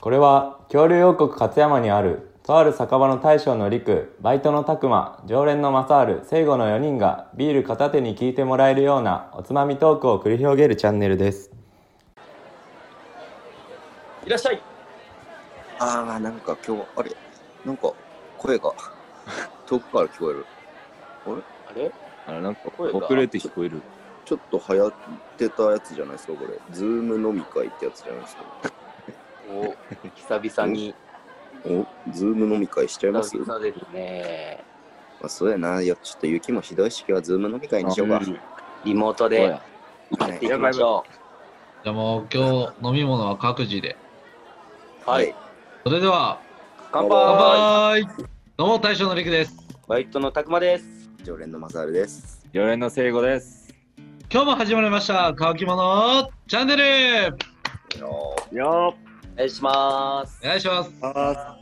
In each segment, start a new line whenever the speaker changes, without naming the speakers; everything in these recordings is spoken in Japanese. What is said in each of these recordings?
これは恐竜王国勝山にあるとある酒場の大将の陸バイトの拓磨常連の正治聖護の4人がビール片手に聞いてもらえるようなおつまみトークを繰り広げるチャンネルです
いらっしゃい。
ああ、なんか今日、あれ、なんか声が遠くから聞こえる。
あれ
あれ、なんか
声が
遅れて聞こえる。
ちょっと流行ってたやつじゃないですか、これ。ズーム飲み会ってやつじゃないですか。
お、久々に、
おズーム飲み会しちゃいます
久
ま
々ですね。
あ、そうやな。いや、ちょっと雪もひどいし、今日はズーム飲み会にしようか。
リモート
そう
で
や
やっていきましょ
じゃあもう今日飲み物は各自で。
う。はい。。
それでは、
乾
乾
杯
杯どうも大将のりくです。
バイトのたくまです。
常連のマサルです。
よれの聖子です。
今日も始まりました、乾き物チャンネル
いやー
よ
お願いします
お。願いします。
ー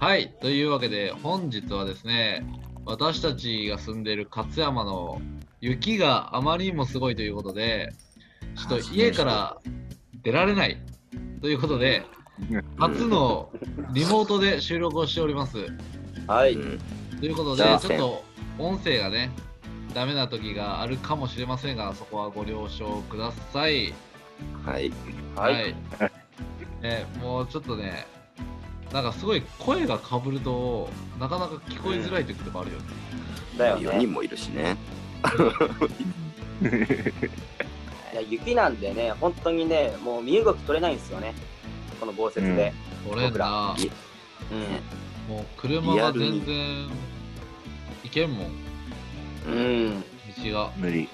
はい、というわけで本日はですね、私たちが住んでいる勝山の雪があまりにもすごいということで、ちょっと家から出られないということで、初のリモートで収録をしております。
は
う
い。
ん
ということ
じ
で、
ゃあ
ちょっと音声がね、ダメな時があるかもしれませんが、そこはご了承ください。
はい。
はい。
ね、もうちょっとね、なんかすごい声がかぶると、なかなか聞こえづらい時とかあるよね。
だよ
4
ね。
人もいるしね。
いや雪なんでね、本当にね、もう身動き取れないんですよね。この豪雪で。
俺ら
僕ら
い
うん
もう車が全然行けんもん、
う。。
うんん。
道が。
無理。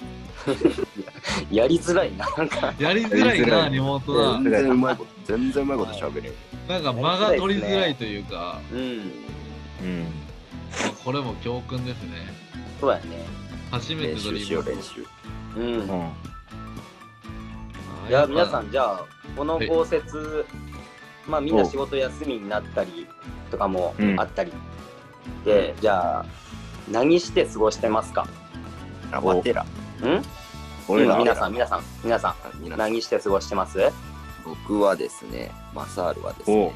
やりづらいな。なんか、
やりづらい
やりづら
な、
い
リモートだ。
全然うまいこと、全然うまいこと喋れる。
なんか間が取りづらいというか、
うん。
うん。
まあこれも教訓ですね。
そうやね。
初め
練
てのリモ
習しよ
ー
う、
ト
練。習。
うん。
うん。
はい
や皆さんじゃあこの豪雪まあみんな仕事休みになったりとかも
うん
あったりで、じゃあ何して過ごしてますか
あ、バテラ。
ん
俺ら
うん皆さん皆さん皆さん
あ皆さん
何して過ごしてます
僕はですね、マサールはですね、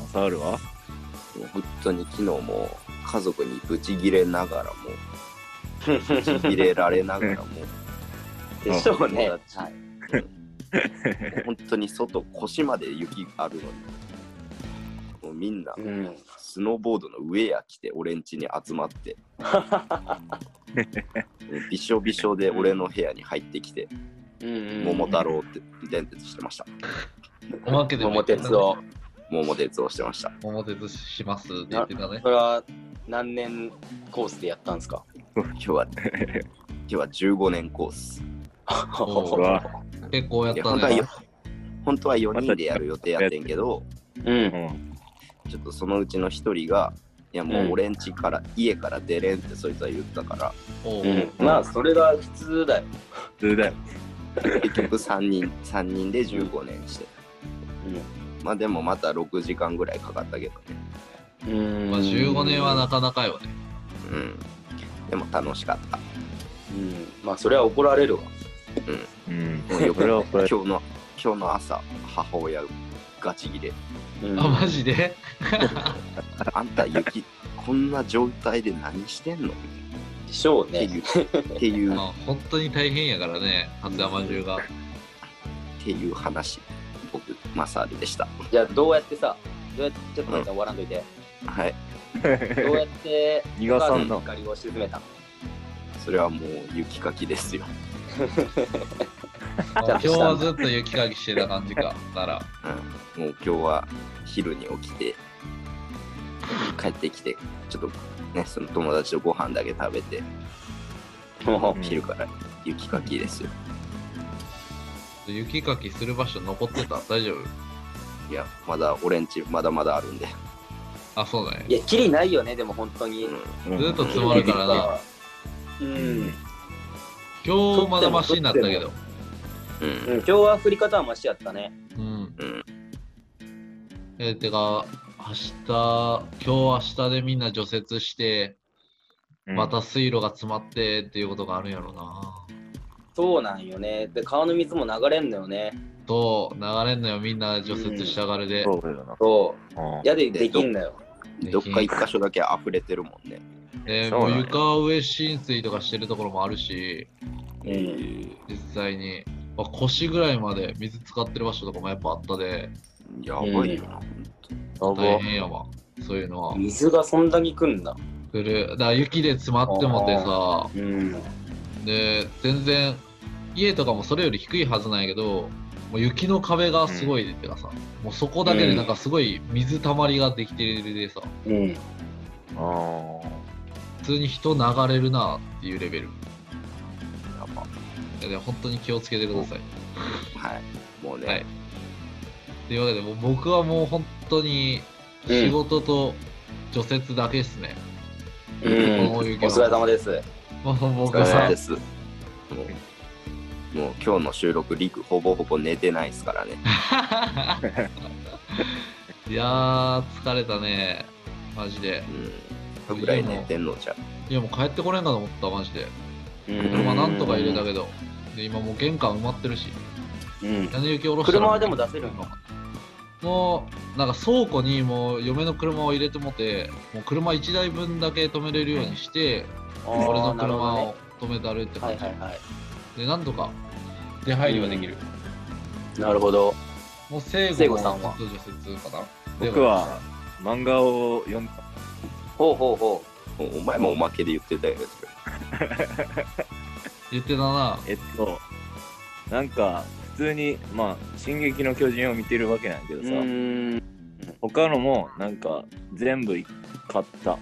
マサールは
もう本当に昨日も家族にブチギレながらも、ブチギレられながらも、も
でしょうね、
うん
はいう
本当に外、腰まで雪あるのに、もうみんな
うん、
スノーボードのウェア着て、俺ん家に集ま って、びしょびしょで俺の部屋に入ってきて、
うん、
桃太郎って伝説してました。
おまけでも言
桃
ってたね
鉄を
桃鉄をしてました。
桃鉄しますって言ってたね。
それは何年コースでやったんですか
今日 は、今日は15年コース。
お
うわ
結構やっ
いや
た
本当は
ね
よ。本当は4人でやる予定やってんけど、
うん
ん。
ちょっとそのうちの一人が、いやもううん俺ん家から、家から出れんってそいつは言ったから、
おう
うん、まあそれが普通だよ、
普通だよ。
結局3人、3人で15年して。まあでもまた6時間ぐらいかかったけどね。
うんうん
まあ、15年はなかなかよね。
うん。でも楽しかった。
うんまあそれは怒られるわ
うん。
もうよく
それはこ
今
れ
日の、今日の朝、母親ガチギレ。
うん
あ、マジで
あんた雪、こんな状態で何してんのっ
でしょう
て
ね
いう、ってい
ま
う、
あ
っ
本当に大変やからね、初山中が。
ていう話。僕、マサールでした。
じゃあどうやってさ、どうやってちょっと待って終わらんとい て、
はい。
どうやって
逃がさんな
の光を沈めたの
それはもう雪かきですよ。
あ今日はずっと雪かきしてた感じか。なら、
もう今日は昼に起きて帰ってきてちょっとねその友達とご飯だけ食べて、
も
うん
昼から雪かきですよ
雪かきする場所残ってた大丈夫
いやまだ俺んちまだまだあるんで、
あ、そうだね
うい。や、キリないよね、でも本当に。
ずっと積
キリ
もるからな。
うん、
今日まだマシになったけど。
う
う
ん
ん、今日は降り方はマシやったね。
うん
うん。
えー、てか、明日、今日明日でみんな除雪して、
うん
また。水路が詰まってっていうことがあるんやろな。
そうなんよね。で、川の水も流れんのよね。
と流れんのよみんな除雪したがるで、
そうだよな。
そう。
うん
やでできんだよ。
どっか一箇所だけ溢れてるもんね。
で
そう
も
な
うん
や
床上浸水とかしてるところもあるし
うん。
実際に、まあ、腰ぐらいまで水使ってる場所とかもやっぱあったで
やばいよな。
やば
大変やわそういうのは
水がそんだけ来んだ。
来るだから雪で詰まってもってさ
うん。
で全然家とかもそれより低いはずなんやけどもう雪の壁がすごいってかさ、もうそこだけでなんかすごい水たまりができてるでさ
うん。
あ
普通に人流れるなっていうレベル
やば
で本当に気をつけてください
はい。もう
はい
ね、
というわけでもう僕はもう本当に仕事と除雪だけですね、
うん。お
こういう気持ち
疲れ様です。
もう
お疲
僕
れ様
は
です。もう、もう今日の収録、リクほぼほぼ寝てないですからね。
いやー疲れたねマジで
うん。ぐらい寝てんのじゃ。
いやもう帰ってこれんかと思ったマジで
うん
車なんとか入れたけどで今もう玄関埋まってるし
うん。
屋根雪下ろしたら
車はでも出せるの
もうなんか倉庫にもう嫁の車を入れてもてもう車1台分だけ止めれるようにして、俺の車を止めたるって
は
感
い
じ、
はいはい。
でなんとか出入りはできる、
なるほど。
もう聖
聖
子
子
さ
さ
ん
ん
は
は
除雪かな
僕は漫画を読んだ。
ほうほうほ
おお前もおまけで言ってたよ。それ
言ってたな
えっと、なんか、普通に、まあ、進撃の巨人を見てるわけなんやけど
う。
さ、
ん。
他のも、なんか、全部買った。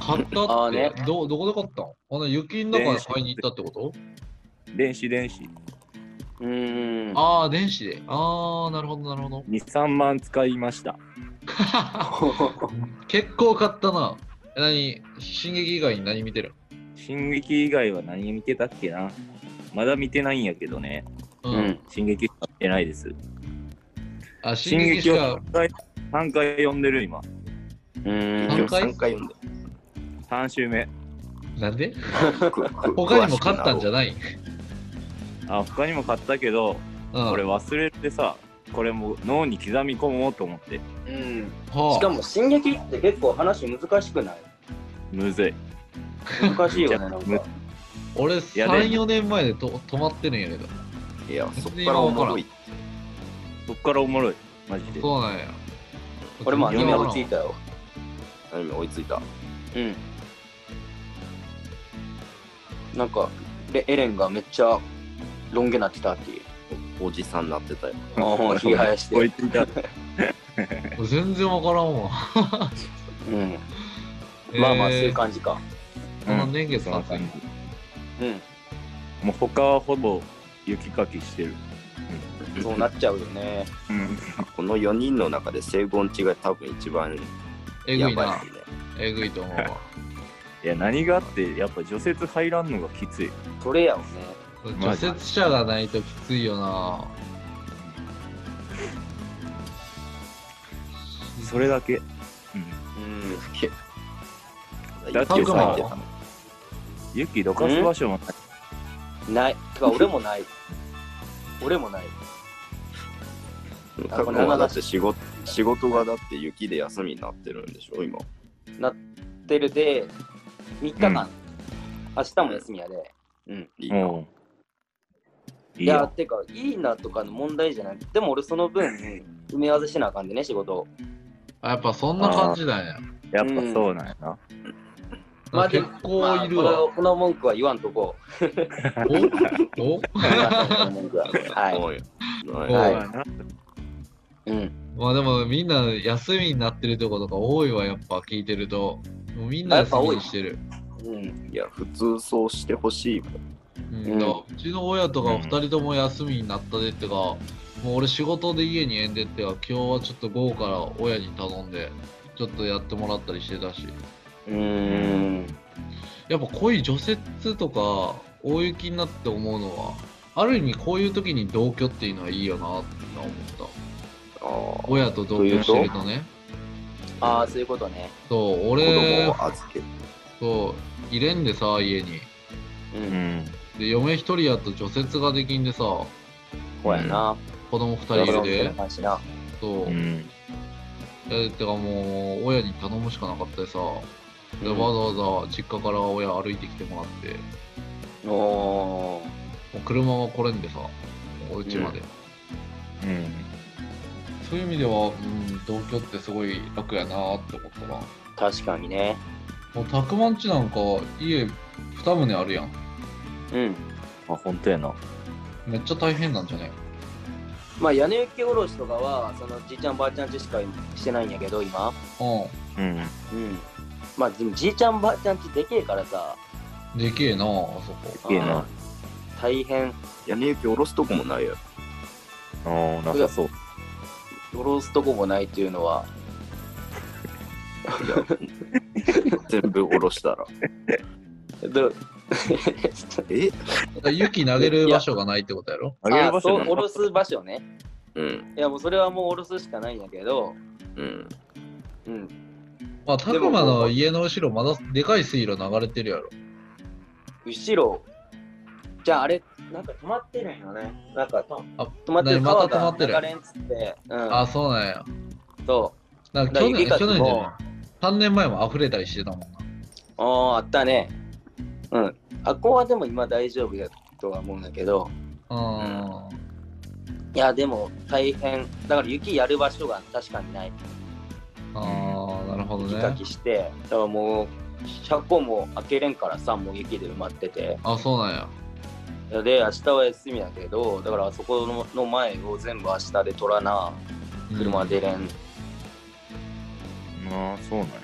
買った
あ
っ
ー
て、
ね
どどこで買ったのあの雪の中で買いに行ったってこと
電子電子。
うん。
ああ電子でああなるほどなるほど
2、3万使いました。
結構買ったなえ何進撃以外に何見てる
進撃以外は何見てたっけなまだ見てないんやけどね。
うん、
うん。
進撃しか見てないです。
あ進
進
撃
撃
し
を
か
3回三回読んでる今。
うん。
今
三
日
回
3回読んで。
3週目。
なんで
くく
他にも買ったんじゃ
詳し
ない
あ、他にも買ったけど、
うん
俺忘れてさ、これもう脳に刻み込もうと思って。
うん。
はあ
しかも、進撃って結構話難しくない
むずい。
難しいよね、なん
む
か。
い
俺
やで
34年前でと止まってるんやけど
くないや、そっからおもろい。
そっからおもろい。マジで。
そうなんや
俺もアニメ追いついた
た
よ。
何も追いついた。
うん。なんか、レエレンがめっちゃロン毛なってたっていう。
おおじさんになってたよ。
ああ、ひげ生やして。
追いついた。
全然わからんわ
うん。まあまあ、そういう感じか。
じこの年月経つんや
う
もう他はほぼ雪かきしてる。
ん。そうなっちゃうよね。
うん。
この4人の中で聖言違い多分一番
えぐ
や
い
ばい
な
ですね。
えぐいと思うわ
いや、何があって、やっぱ除雪入らんのがきつい。
それやわね。
マジ
除雪車がないときついよな
それだけ。うん。
うん。
だって
タクマ
さ
は、
雪どかす場所もない。
ない。てか、俺もない。俺もない。
過去はだって仕事仕事がだって雪で休みになってるんでしょ、今。
てるで、3日間。明日も休みやで。
いいな
もう。い
い
いよ
や、てか、いいなとかの問題じゃない。でも俺その分、埋め合わせしなあかんでね、仕事を。
あやっぱそんな感じなんや
やっぱそうなんやな。
まあで
結
も
構いる
まあ
わ
このこの文句は言わんとこう。
おお
この文句はは。
おい
お
はいい。
まあない
うん。
まあでもみんな休みになってるとことか多いわやっぱ聞いてるともうみんな
やっぱ
休み
多い
にしてる
うん。
いや、普通そうしてほしいもん。
うんだからうちの親とか2人とも休みになったでってか、もう俺仕事で家にえんでってか今日はちょっと午後から親に頼んでちょっとやってもらったりしてたし
うーん。
やっぱこういう除雪とか大雪になって思うのはある意味こういう時に同居っていうのはいいよなってのは思った
あ
親と同居してるとね
ああ、そういうことね。
そう
あ、子
俺
供を預ける。
そう入れんでさ家に
う。
うんん。
で嫁一人やと除雪ができんでさ
こうやな。
な
子供2人いるで、
感じな。
そう
う。ん。
えてかもう、親に頼むしかなかったでさ、でわざわざ実家から親歩いてきてもらって、
おー。
もう車は来れんでさ、お家まで。
うん。
そういう意味では、うん、同居ってすごい楽やなって思ったな。
確かにね。
もう、たくまんちなんか、家2棟あるやん。
うん。
あ、本当やな。
めっちゃ大変なんじゃね
まあ屋根雪下ろしとかは、そのじいちゃんばあちゃんちしかしてないんやけど、今。
う
うん。
うん。まあでもじいちゃんばあちゃんちでけえからさ、
ん。でけえなあそこ。
いいな。
大変。
屋根雪下ろすとこもないやろ。
あーなさそう。
下ろすとこもないっていうのは、
全部下ろしたら。
ど
え
だから雪投げる場所がないってこと やろ
あげる場所
あ
な
そう下ろす場所ね。
うん。
いやもうそれはもう下ろすしかないんやけど、
うん。
うん。
まあ、たくまの家の後ろ、まだでかい水路流れてるやろ。
後ろ、じゃああれ、なんか止まってるんよね。なんかと
あ
止まってる
何ま
川
た止ま
が
ってる
流れんっつって、うん。
あ、そうなんや。
そ
なんか
だから
去
雪
年、
かき
去年じゃ
も
ない。3年前も溢れたりしてたもんな。
う。ああ、あったね。うん。あっこはでも今大丈夫やとは思うんだけど、
うん。
いや、でも大変。だから雪やる場所が確かにない。
ああ、なるほど
雪か
ね。
きして、だからもう、車庫も開けれんからさ、もう雪で埋まってて。
あ、そうなんや。
で、明日は休みだけど、だからあそこのの前を全部明日で取らな、
うん
車は出れん。
あーそうなんや。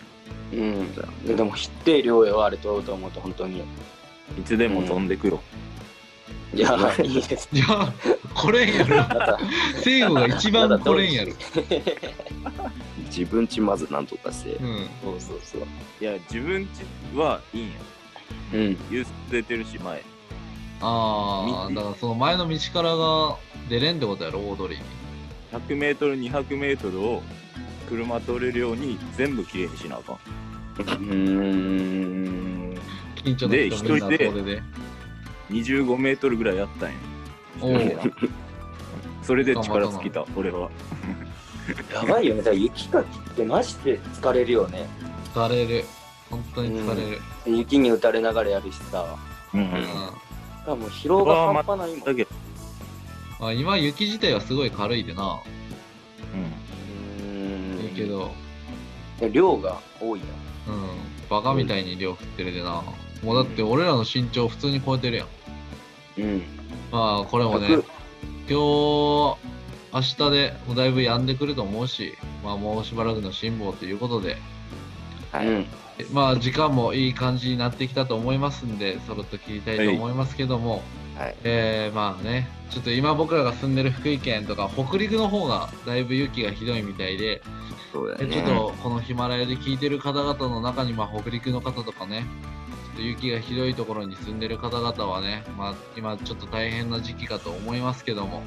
うん。ででも、ひってえ量よ、あれ取ろうと思うと、本当に。
いつでも飛んでくよ。
いや、いいです。
いや、これんやろ。
なんか
聖子が一番これんやろ。
自分ちまずなんとかして。
うん。
そうそうそう。
いや、自分ちはいいんや。
うん。
言っててるし、前。
ああ、だからその前の道からが出れんってことやろ、大通りに。
100メートル、200メートルを車通れるように全部きれいにしなあかん。
うん。
近所の
で
人みん
一
な
人で
遠出で。
25メートルぐらいやったんや。
おお。
それで力尽きた、俺は。
やばいよね。だから雪かきってマジで疲れるよね。
疲れる。本当に疲れる。
雪に打たれながらやるしさ。
うん
うん。
だからもう疲労が半端ないもん。
だけど、
まあ、今、雪自体はすごい軽いでな。
うん。
うん
いいけど、
量が多いよ。
うん。バカみたいに量振ってるでな。もうだって俺らの身長普通に超えてるやん。
うん。
まあ、これもね、
100
今日、明日でもうだいぶ止んでくると思うし、まあもうしばらくの辛抱ということで、
はい。
うん。
まあ時間もいい感じになってきたと思いますんで、そろっと切りたいと思いますけども、
はい
えー、まあね、ちょっと今僕らが住んでる福井県とか北陸の方がだいぶ雪がひどいみたいで、
そうだ
え
よ
ちょっ
ね。
とこのヒマラヤで聞いてる方々の中に、まあ、北陸の方とかね、ちょっと雪がひどいところに住んでる方々はね、まあ、今ちょっと大変な時期かと思いますけども、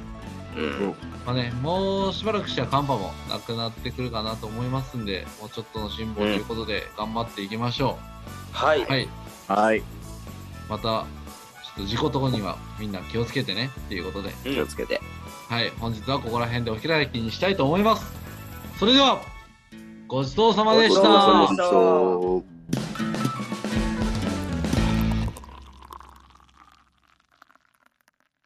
うん。
まあね、もうしばらくしたら寒波もなくなってくるかなと思いますんで、もうちょっとの辛抱ということで頑張っていきましょ
は
う。
い。
はい、
はい。
また、ちょっと事故とこにはみんな気をつけてねっていうことで、
気をつけて。
はい、本日はここら辺でお開きにしたいと思います。それでは、ごちそうさまでした。
ごちそうさまでした
そう。